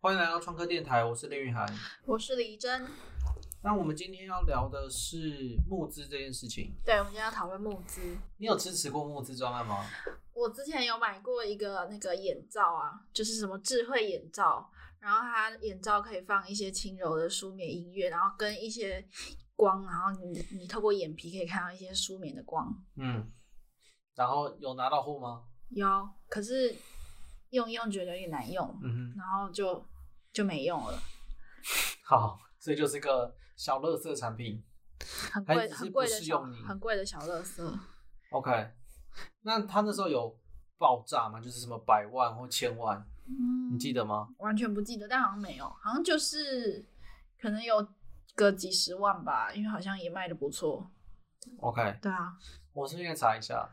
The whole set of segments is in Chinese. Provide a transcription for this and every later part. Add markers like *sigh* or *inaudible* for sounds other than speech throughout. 欢迎来到创客电台，我是林雨涵。我是李真。那我们今天要聊的是募资这件事情。对，我们今天要讨论募资。你有支持过募资专案吗？我之前有买过一个那个眼罩啊，就是什么智慧眼罩，然后它眼罩可以放一些轻柔的舒眠音乐，然后跟一些光，然后你你透过眼皮可以看到一些舒眠的光。嗯，然后有拿到货吗？有，可是用一用觉得有点难用，嗯然后就就没用了，哼，好，这就是个小垃圾产品。很还贵只是很贵的不适小用你很贵的小乐色。 OK，那他那时候有爆炸吗？就是什么百万或千万，嗯你记得吗？完全不记得，但好像没有，好像就是可能有个几十万吧，因为好像也卖的不错。 OK，对啊，我顺便查一下。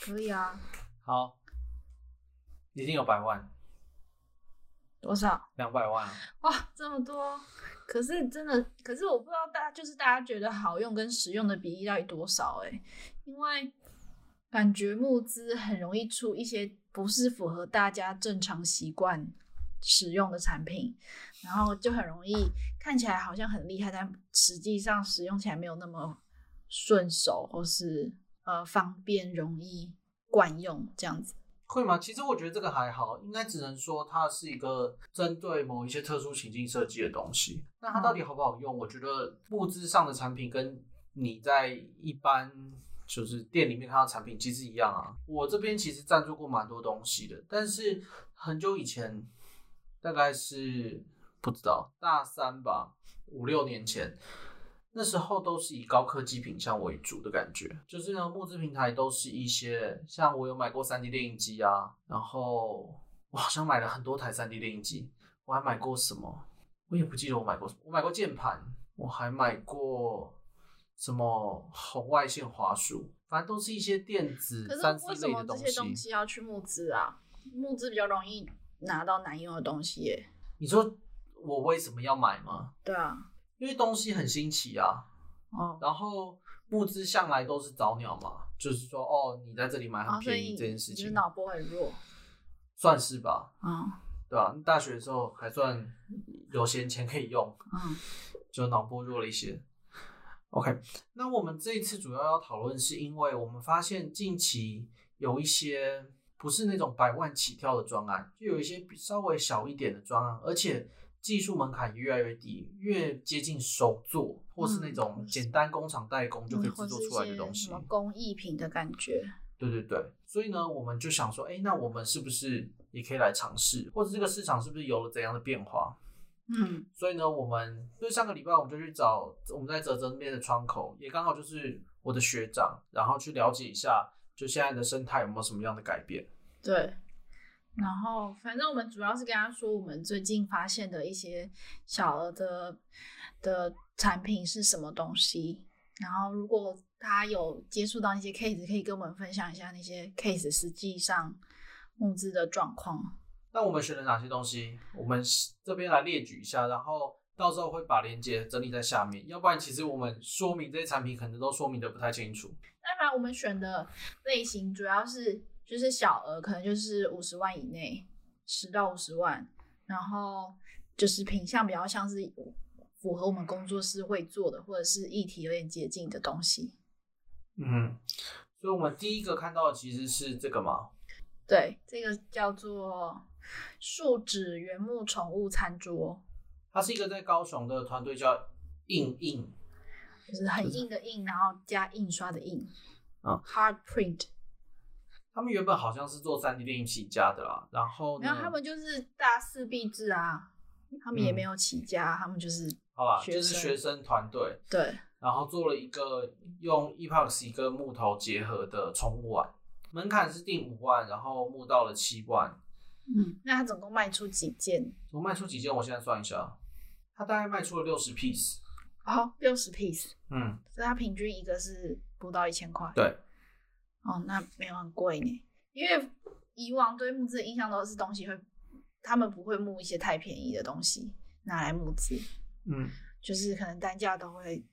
可以啊，好，已经有百万、多少？两百万了。哇，这么多！可是真的，可是我不知道大家就是大家觉得好用跟实用的比例到底多少哎、因为感觉募资很容易出一些不是符合大家正常习惯使用的产品，然后就很容易看起来好像很厉害，但实际上使用起来没有那么顺手，或是呃方便、容易惯用这样子。会吗？其实我觉得这个还好，应该只能说它是一个针对某一些特殊情境设计的东西。那它到底好不好用？我觉得募资上的产品跟你在一般就是店里面看到的产品其实一样啊。我这边其实赞助过蛮多东西的，但是很久以前，大概是不知道大三吧，五六年前，那时候都是以高科技品项为主的感觉，就是呢，募资平台都是一些像我有买过 3D 打印机啊，然后我好像买了很多台 3D 打印机，我还买过什么，我也不记得我买过什么，我买过键盘，我还买过什么红外线滑鼠，反正都是一些电子可三是 C 为什类的么这东些东西。西要去募资啊？募资比较容易拿到难用的东西耶。你说我为什么要买吗？对啊，因为东西很新奇啊，哦，然后募资向来都是早鸟嘛，就是说哦，你在这里买很哦，所便以宜你这件事你就是情，脑波很弱算是吧，啊，对吧、大学的时候还算有闲钱可以用，嗯就脑波弱了一些。OK，那我们这一次主要要讨论，是因为我们发现近期有一些不是那种百万起跳的专案，就有一些比稍微小一点的专案，而且技术门槛越来越低，越接近手做或是那种嗯简单工厂代工就可以嗯或制作是一出来的些东西。什么工艺品的感觉，对对对，所以呢，我们就想说，哎，那我们是不是也可以来尝试，或者这个市场是不是有了怎样的变化？嗯所以呢，我们所以上个礼拜我们就去找我们在泽泽那边的窗口，也刚好就是我的学长，然后去了解一下，就现在的生态有没有什么样的改变。对。然后，反正我们主要是跟他说，我们最近发现的一些小额的的产品是什么东西。然后，如果他有接触到那些 case，可以跟我们分享一下那些 case 实际上募资的状况。那我们学了哪些东西？我们这边来列举一下，然后到时候会把链接整理在下面，要不然其实我们说明这些产品可能都说明的不太清楚。当然，我们选的类型主要是就是小额，可能就是五十万以内，十到五十万，然后就是品相比较像是符合我们工作室会做的，或者是议题有点接近的东西。嗯，所以我们第一个看到的其实是这个嘛，对，这个叫做树脂原木宠物餐桌，它是一个在高雄的团队叫硬硬就是很硬的硬，然后加印刷的印，啊，hard print。他们原本好像是做三 D 电影起家的啦，然后呢，然后他们就是大四毕制啊，他们也嗯没有起家，他们就是好吧，学就是生学生团队，对。然后做了一个用 E epoxy 跟木头结合的宠物碗，门槛是定五万，然后募到了七万，嗯，那他总共卖出几件？我卖出几件？我现在算一下，他大概卖出了六十 piece，哦，六十 piece，嗯，所以他平均一个是不到一千块。对，哦，那没有很贵呢，因为以往对募资的印象都是东西会，他们不会募一些太便宜的东西拿来募资，嗯，就是可能单价都会，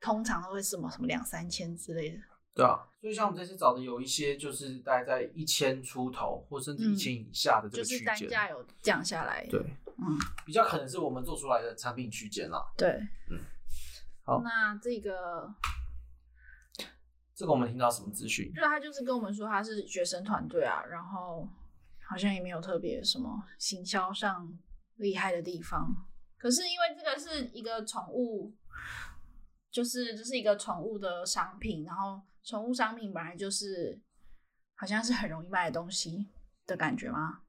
通常都会什么什么两三千之类的。对啊，所以像我们这次找的有一些就是大概在一千出头或甚至嗯一千以下的这就个是区单间，价有降下来。对，嗯，比较可能是我们做出来的产品区间啦。对，嗯好那这个这个我们听到什么资讯？就他就是跟我们说他是学生团队啊，然后好像也没有特别什么行销上厉害的地方。可是因为这个是一个宠物，就是这是一个宠物的商品，然后宠物商品本来就是好像是很容易卖的东西的感觉吗？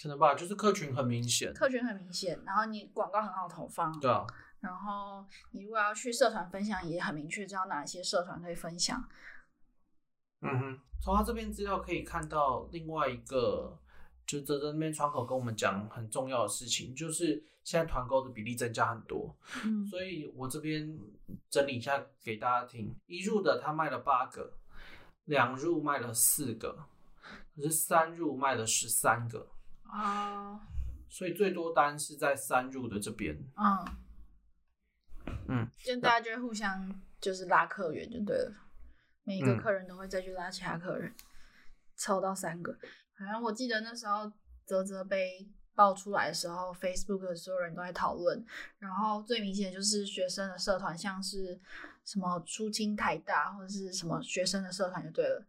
可能吧，就是客群很明显。客群很明显，然后你广告很好投放，对啊，然后你如果要去社团分享，也很明确知道哪些社团可以分享。嗯哼，从他这边资料可以看到另外一个，就泽泽那边窗口跟我们讲很重要的事情，就是现在团购的比例增加很多，嗯所以我这边整理一下给大家听。一入的他卖了八个，两入卖了四个，可是三入卖了十三个，哦，所以最多单是在三入的这边。嗯嗯，就大家就会互相就是拉客源就对了，每一个嗯客人都会再去拉其他客人，凑到三个。好像我记得那时候泽泽被爆出来的时候，Facebook 的所有人都在讨论，然后最明显的就是学生的社团，像是什么出清台大或者是什么学生的社团就对了，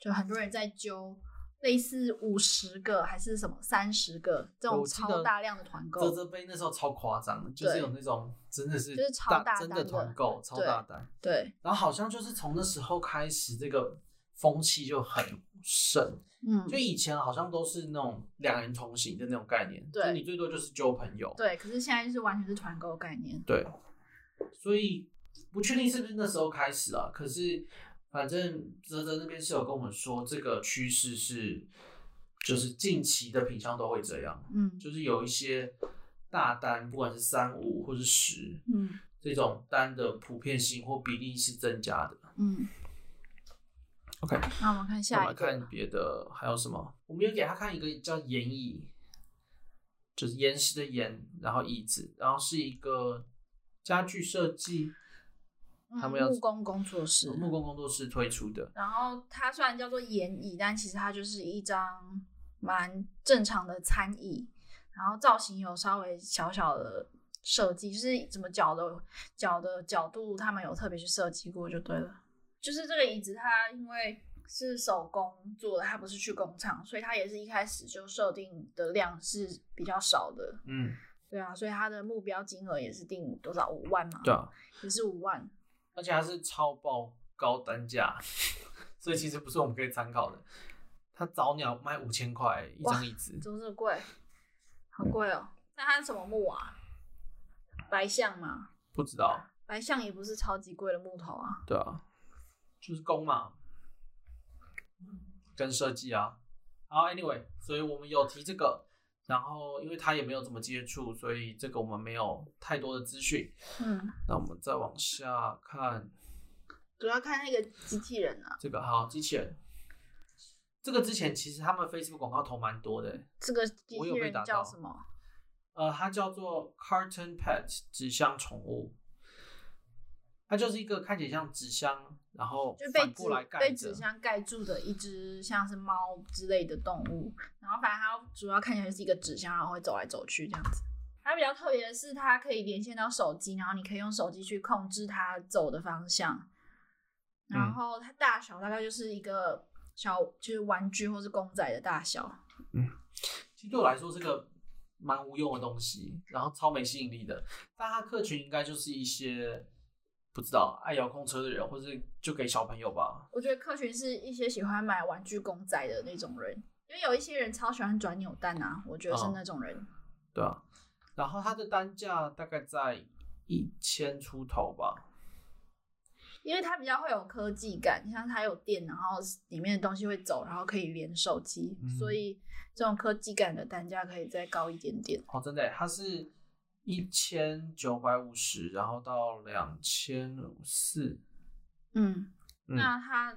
就很多人在揪。类似五十个还是什么三十个这种我记得超大量的团购，泽泽杯那时候超夸张的，就是对有那种真的是就是超大真单的的团购，超对大单。对，然后好像就是从那时候开始，这个风气就很盛。嗯就，以前好像都是那种两人同行的那种概念，对就你最多就是交朋友，对，可是现在就是完全是团购概念。对，所以不确定是不是那时候开始啊。可是反正泽泽那边是有跟我们说，这个趋势是就是近期的品相都会这样，嗯就是有一些大单，不管是三五或是十嗯这种单的普遍性或比例是增加的。嗯。 OK，那我们看我下们一看个。别的还有什么？我们有给他看一个叫岩椅，就是岩石的岩，然后椅子，然后是一个家具设计，他们嗯要木工工作室木工工作室推出的。然后它虽然叫做岩椅，但其实它就是一张蛮正常的餐椅，然后造型有稍微小小的设计，就是怎么脚的脚的角度，他们有特别去设计过就对了。就是这个椅子，它因为是手工做的，它不是去工厂，所以它也是一开始就设定的量是比较少的。嗯，对啊，所以它的目标金额也是定多少五万嘛？对，啊，也是五万。而且它是超爆高单价， *laughs* 所以其实不是我们可以参考的。它早鸟卖五千块一张椅子，怎么这么贵？好嗯贵哦！那它是什么木啊？白象嘛，不知道，白象也不是超级贵的木头啊。对啊，就是工嘛，跟设计啊。好，anyway，所以我们有提这个，然后因为他也没有怎么接触，所以这个我们没有太多的资讯。嗯，那我们再往下看主要看那个机器人啊，这个，好，机器人。这个之前其实他们 Facebook 广告投蛮多的、这个机我器有被人打到叫什么？呃，它叫做 Carton Pet 纸箱宠物，它就是一个看起来像纸箱，然后就被反纸过来盖被着纸，箱盖住的一只像是猫之类的动物，然后反正它主要看起来就是一个纸箱，然后会走来走去这样子。它比较特别的是，它可以连线到手机，然后你可以用手机去控制它走的方向。然嗯后它大小大概就是一个小，就是玩具或是公仔的大小。其实对我来说是个蛮无用的东西，然后超没吸引力的。但它客群应该就是一些不知道爱遥控车的人，或是就给小朋友吧。我觉得客群是一些喜欢买玩具公仔的那种人，因为有一些人超喜欢转扭蛋啊，我觉得是哦那种人。对啊，然后它的单价大概在一千出头吧。因为它比较会有科技感，像它有电，然后里面的东西会走，然后可以连手机，嗯所以这种科技感的单价可以再高一点点。哦，真的耶，它是一千九百五十，然后到两千四。嗯，嗯那它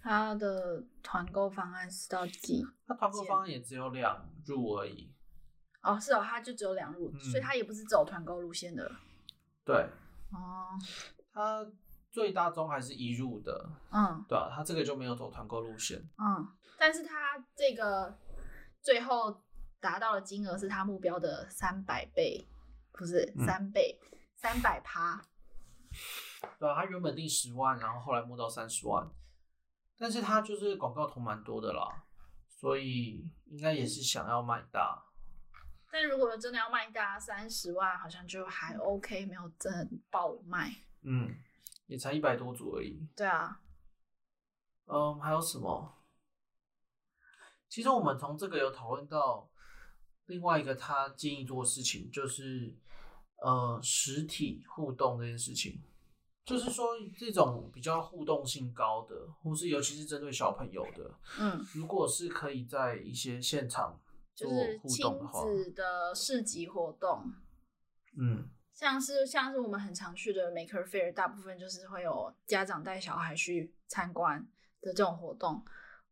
它的团购方案是到几？它团购方案也只有两入而已。哦，是哦，它就只有两路，嗯所以它也不是走团购路线的。对，哦，它最大宗还是一入的，嗯对啊，它这个就没有走团购路线。嗯，但是它这个最后达到的金额是他目标的三百倍，不是嗯三倍，三百趴。对啊，他原本定十万，然后后来募到三十万，但是他就是广告投蛮多的啦，所以应该也是想要卖大。但如果真的要卖大三十万，好像就还 OK，没有真的爆卖。嗯，也才一百多组而已。对啊，嗯，还有什么？其实我们从这个有讨论到另外一个他建议做的事情，就是呃实体互动这件事情，就是说这种比较互动性高的，或是尤其是针对小朋友的，嗯，如果是可以在一些现场就做是互动的亲话，子的市集活动，嗯像是像是我们很常去的 Maker Fair，大部分就是会有家长带小孩去参观的这种活动，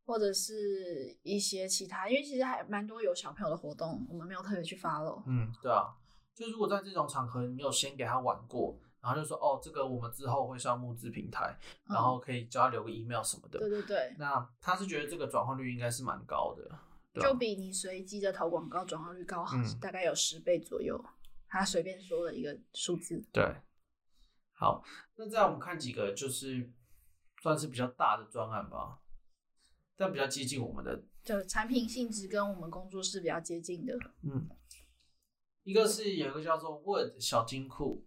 或者是一些其他，因为其实还蛮多有小朋友的活动，我们没有特别去 follow。嗯，对啊，就如果在这种场合，你有先给他玩过，然后就说哦，这个我们之后会上募资平台，然后嗯、可以叫他留个 email 什么的。对对对，那他是觉得这个转换率应该是蛮高的，对啊就比你随机的投广告转化率高，嗯大概有十倍左右。他随便说了一个数字，对，好，那再来我们看几个就是算是比较大的专案吧，但比较接近我们的，就产品性质跟我们工作室比较接近的。嗯，一个是有一个叫做 Wood 小金库，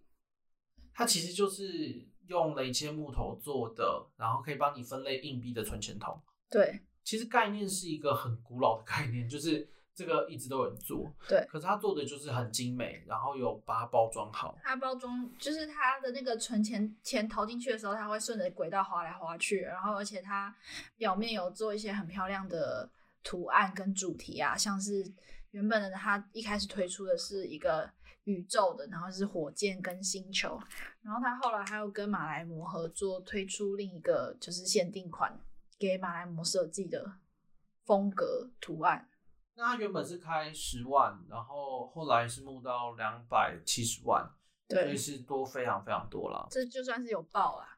它其实就是用了一些木头做的，然后可以帮你分类硬币的存钱筒。对其实概念是一个很古老的概念，就是这个一直都有人做，对，可是它做的就是很精美，然后有把它包装好。它包装就是它的那个存钱钱投进去的时候，它会顺着轨道滑来滑去，然后而且它表面有做一些很漂亮的图案跟主题啊，像是原本的它一开始推出的是一个宇宙的，然后是火箭跟星球，然后它后来还有跟马来模合作推出另一个就是限定款给马来模设计的风格图案，那他原本是开十万，然后后来是募到两百七十万，所以对，是多非常非常多啦。这就算是有爆啊，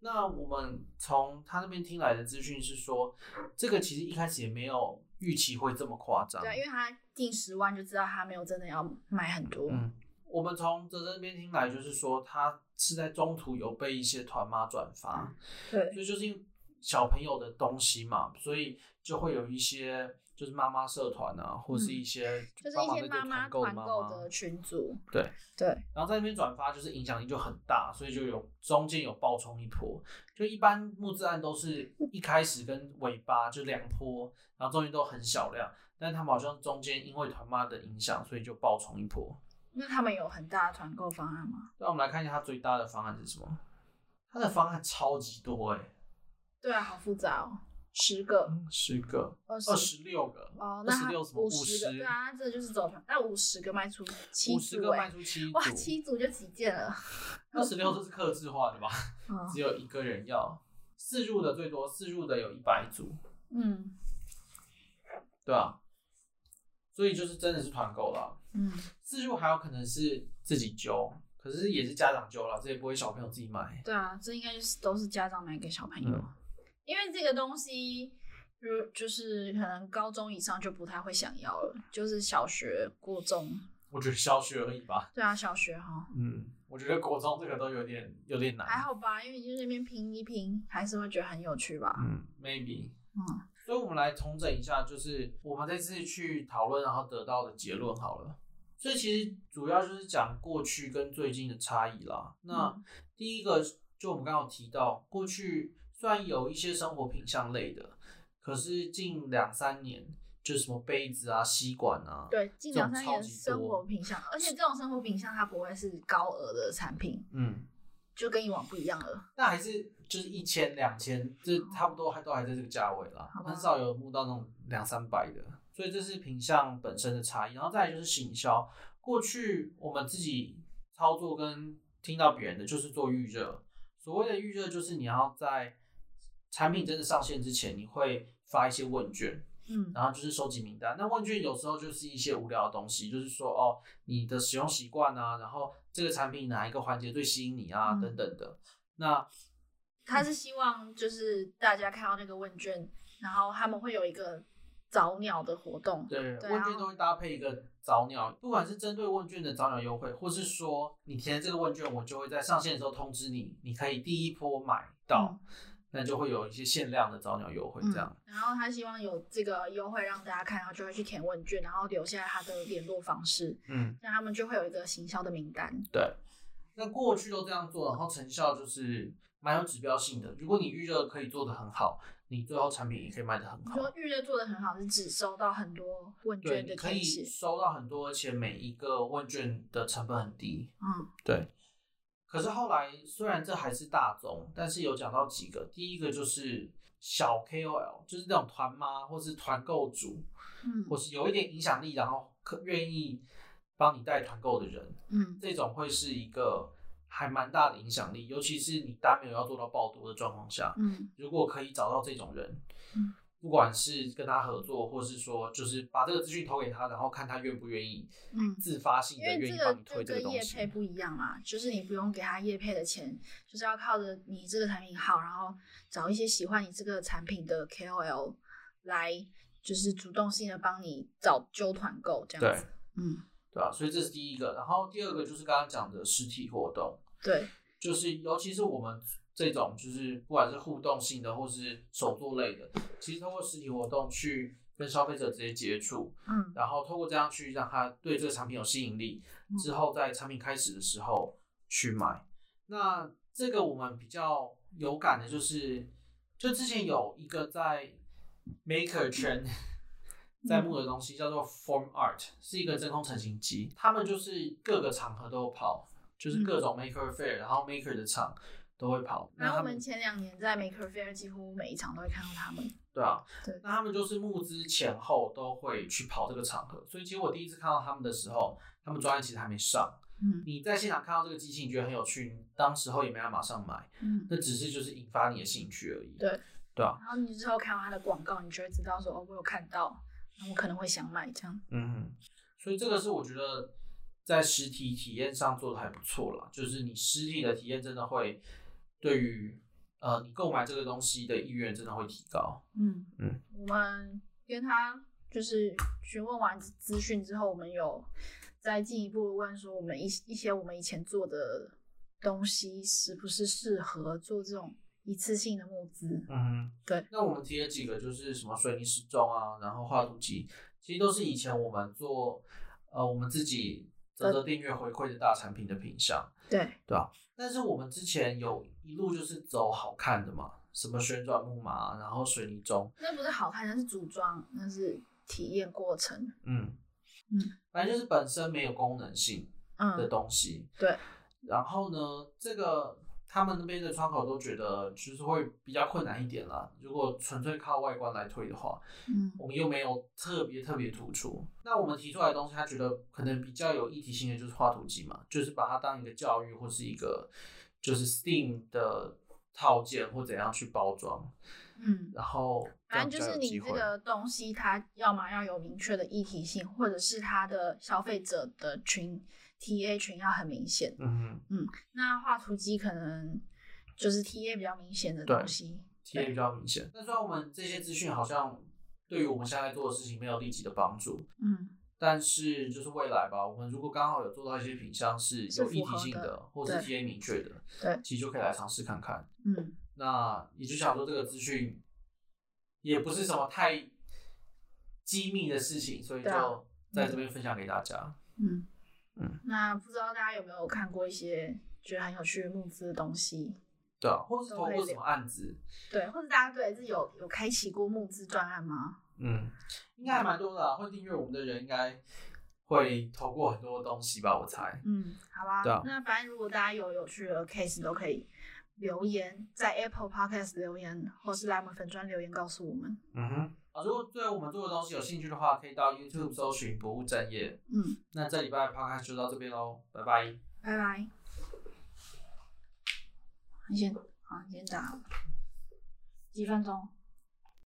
那我们从他那边听来的资讯是说，这个其实一开始也没有预期会这么夸张。对啊，因为他定十万就知道他没有真的要买很多。嗯，我们从泽泽那边听来就是说，他是在中途有被一些团妈转发，对所以就是因为小朋友的东西嘛，所以就会有一些就是妈妈社团啊，或是一些嗯就是帮一忙在些做妈妈团购的团妈购妈。的群组，对对，然后在那边转发，就是影响力就很大，所以就有中间有爆冲一波。就一般募资案都是一开始跟尾巴就两波，然后中间都很小量，但是他们好像中间因为团妈的影响，所以就爆冲一波。那他们有很大的团购方案吗？那我们来看一下它最大的方案是什么？它的方案超级多哎、对啊，好复杂哦，十个、十个、二嗯二十六个、哦，二那十他六什么五十十个，对啊，这就是走团，那五十个卖出七五十组个哎、卖出七组哇，，七组就几件了，二十六是克制化的吧？嗯只有一个人要，四入的最多，四入的有一百组，嗯对啊，所以就是真的是团购啦。嗯，四入还有可能是自己揪，可是也是家长揪啦，这也不会小朋友自己买。对啊，这应该就是都是家长买给小朋友，嗯因为这个东西，如就是可能高中以上就不太会想要了，就是小学、国中，我觉得小学而已吧。对啊，小学哈，嗯，我觉得国中这个都有点有点难。还好吧，因为你就那边拼一拼，还是会觉得很有趣吧。嗯，maybe。嗯，所以我们来重整一下，就是我们这次去讨论，然后得到的结论好了。所以其实主要就是讲过去跟最近的差异啦。那嗯第一个就我们刚刚有提到，过去虽然有一些生活品相类的，可是近两三年就是什么杯子啊、吸管啊，对，近两三这种超年级生活品相，而且这种生活品相它不会是高额的产品，嗯，就跟以往不一样了。那还是就是一千、两千，这差不多还都还在这个价位啦哦好，吧很少有募到那种两三百的，所以这是品相本身的差异。然后再来就是行销，过去我们自己操作跟听到别人的就是做预热，所谓的预热就是你要在产品真的上线之前，你会发一些问卷，嗯，然后就是收集名单。那问卷有时候就是一些无聊的东西，就是说哦，你的使用习惯啊，然后这个产品哪一个环节最吸引你啊，嗯等等的。那他是希望就是大家看到那个问卷，然后他们会有一个早鸟的活动。对，对啊问卷都会搭配一个早鸟，不管是针对问卷的早鸟优惠，或是说你填这个问卷，我就会在上线的时候通知你，你可以第一波买到，嗯那就会有一些限量的早鸟优惠这样。然后他希望有这个优惠让大家看，然后就会去填问卷，然后留下他的联络方式，嗯，那他们就会有一个行销的名单。对。那过去都这样做，然后成效就是蛮有指标性的。如果你预热可以做得很好，你最后产品也可以卖得很你好说。预热做的很好，是只收到很多问对，卷你的可填以写，收到很多，而且每一个问卷的成本很低。嗯，对。可是后来虽然这还是大宗，但是有讲到几个，第一个就是小 KOL，就是那种团妈或是团购主，嗯或是有一点影响力，然后可愿意帮你带团购的人，嗯这种会是一个还蛮大的影响力，尤其是你单没有要做到爆多的状况下，嗯如果可以找到这种人嗯，不管是跟他合作，或是说就是把这个资讯投给他，然后看他愿不愿意嗯，自发性因的为愿这意个帮你这推这个跟东业西。配不一样嘛，就是你不用给他业配的钱，就是要靠着你这个产品好，然后找一些喜欢你这个产品的 KOL 来，就是主动性的帮你找揪团购这样对子。嗯，对啊，所以这是第一个。然后第二个就是刚刚讲的实体活动，对，就是尤其是我们这种就是不管是互动性的或是手作类的，其实通过实体活动去跟消费者直接接触，嗯然后通过这样去让他对这个产品有吸引力，之后在产品开始的时候去买。那这个我们比较有感的就是，就之前有一个在 Maker 嗯圈在募的东西叫做 Form Art，是一个真空成型机，他们就是各个场合都有跑，就是嗯各种 Maker Fair，然后 Maker 的场都会跑。然那后他我们们前两年在 Maker Fair 几乎每一场都会看到他们。对啊，对那他们就是募资前后都会去跑这个场合，所以其实我第一次看到他们的时候，他们专案其实还没上。嗯你在现场看到这个机器，你觉得很有趣，你当时候也没有马上买，嗯，那只是就是引发你的兴趣而已。对对啊，然后你之后看到他的广告，你就会知道说哦，我有看到，那我可能会想买这样。嗯哼，所以这个是我觉得在实体体验上做的还不错啦，就是你实体的体验真的会对于呃你购买这个东西的意愿真的会提高。嗯，嗯嗯，我们跟他就是询问完资讯之后，我们有再进一步问说，我们一一些我们以前做的东西是不是适合做这种一次性的募资？嗯，对。那我们提了几个，就是什么水泥时钟啊，然后画图机，其实都是以前我们做呃我们自己泽泽订阅回馈的大产品的品相。对，但是我们之前有一路就是走好看的嘛，什么旋转木马，然后水泥钟，那不是好看，那是组装，那是体验过程。嗯嗯，反正就是本身没有功能性的嗯，东西。对。然后呢，这个他们那边的窗口都觉得就是会比较困难一点啦。如果纯粹靠外观来推的话，嗯我们又没有特别特别突出。那我们提出来的东西，他觉得可能比较有议题性的就是画图机嘛，就是把它当一个教育或是一个就是 STEAM 的套件或怎样去包装，嗯，然后这反样正比就较是有你机这会。个东西，它要么要有明确的议题性，或者是它的消费者的群 TA 群要很明显。嗯哼，那画图机可能就是 TA 比较明显的对东西。体验比较明显。那虽然我们这些资讯好像对于我们现在做的事情没有立即的帮助，嗯，但是就是未来吧，我们如果刚好有做到一些品相是是有议符合题性的或是对 TA 明确的，对其实就可以来尝试看看。嗯，那也就想说，这个资讯也不是什么太机密的事情，所以对啊就在这边分享给大家。嗯，嗯嗯。那不知道大家有没有看过一些觉得很有趣的募资的东西？对啊，或是透过什么案子，对，或者大家对自己有有开启过募资专案吗？嗯，应该还蛮多的啊、会订阅我们的人应该会投过很多东西吧，我猜。嗯，好吧。对啊那反正如果大家有有趣的 case 都可以留言，在 Apple Podcast 留言，或是来我们粉专留言告诉我们。嗯哼。啊，如果对我们做的东西有兴趣的话，可以到 YouTube 搜寻“不务正业嗯，”。那这礼拜的 podcast 就到这边喽，拜拜。拜拜。你先，好，你先打好了。几分钟？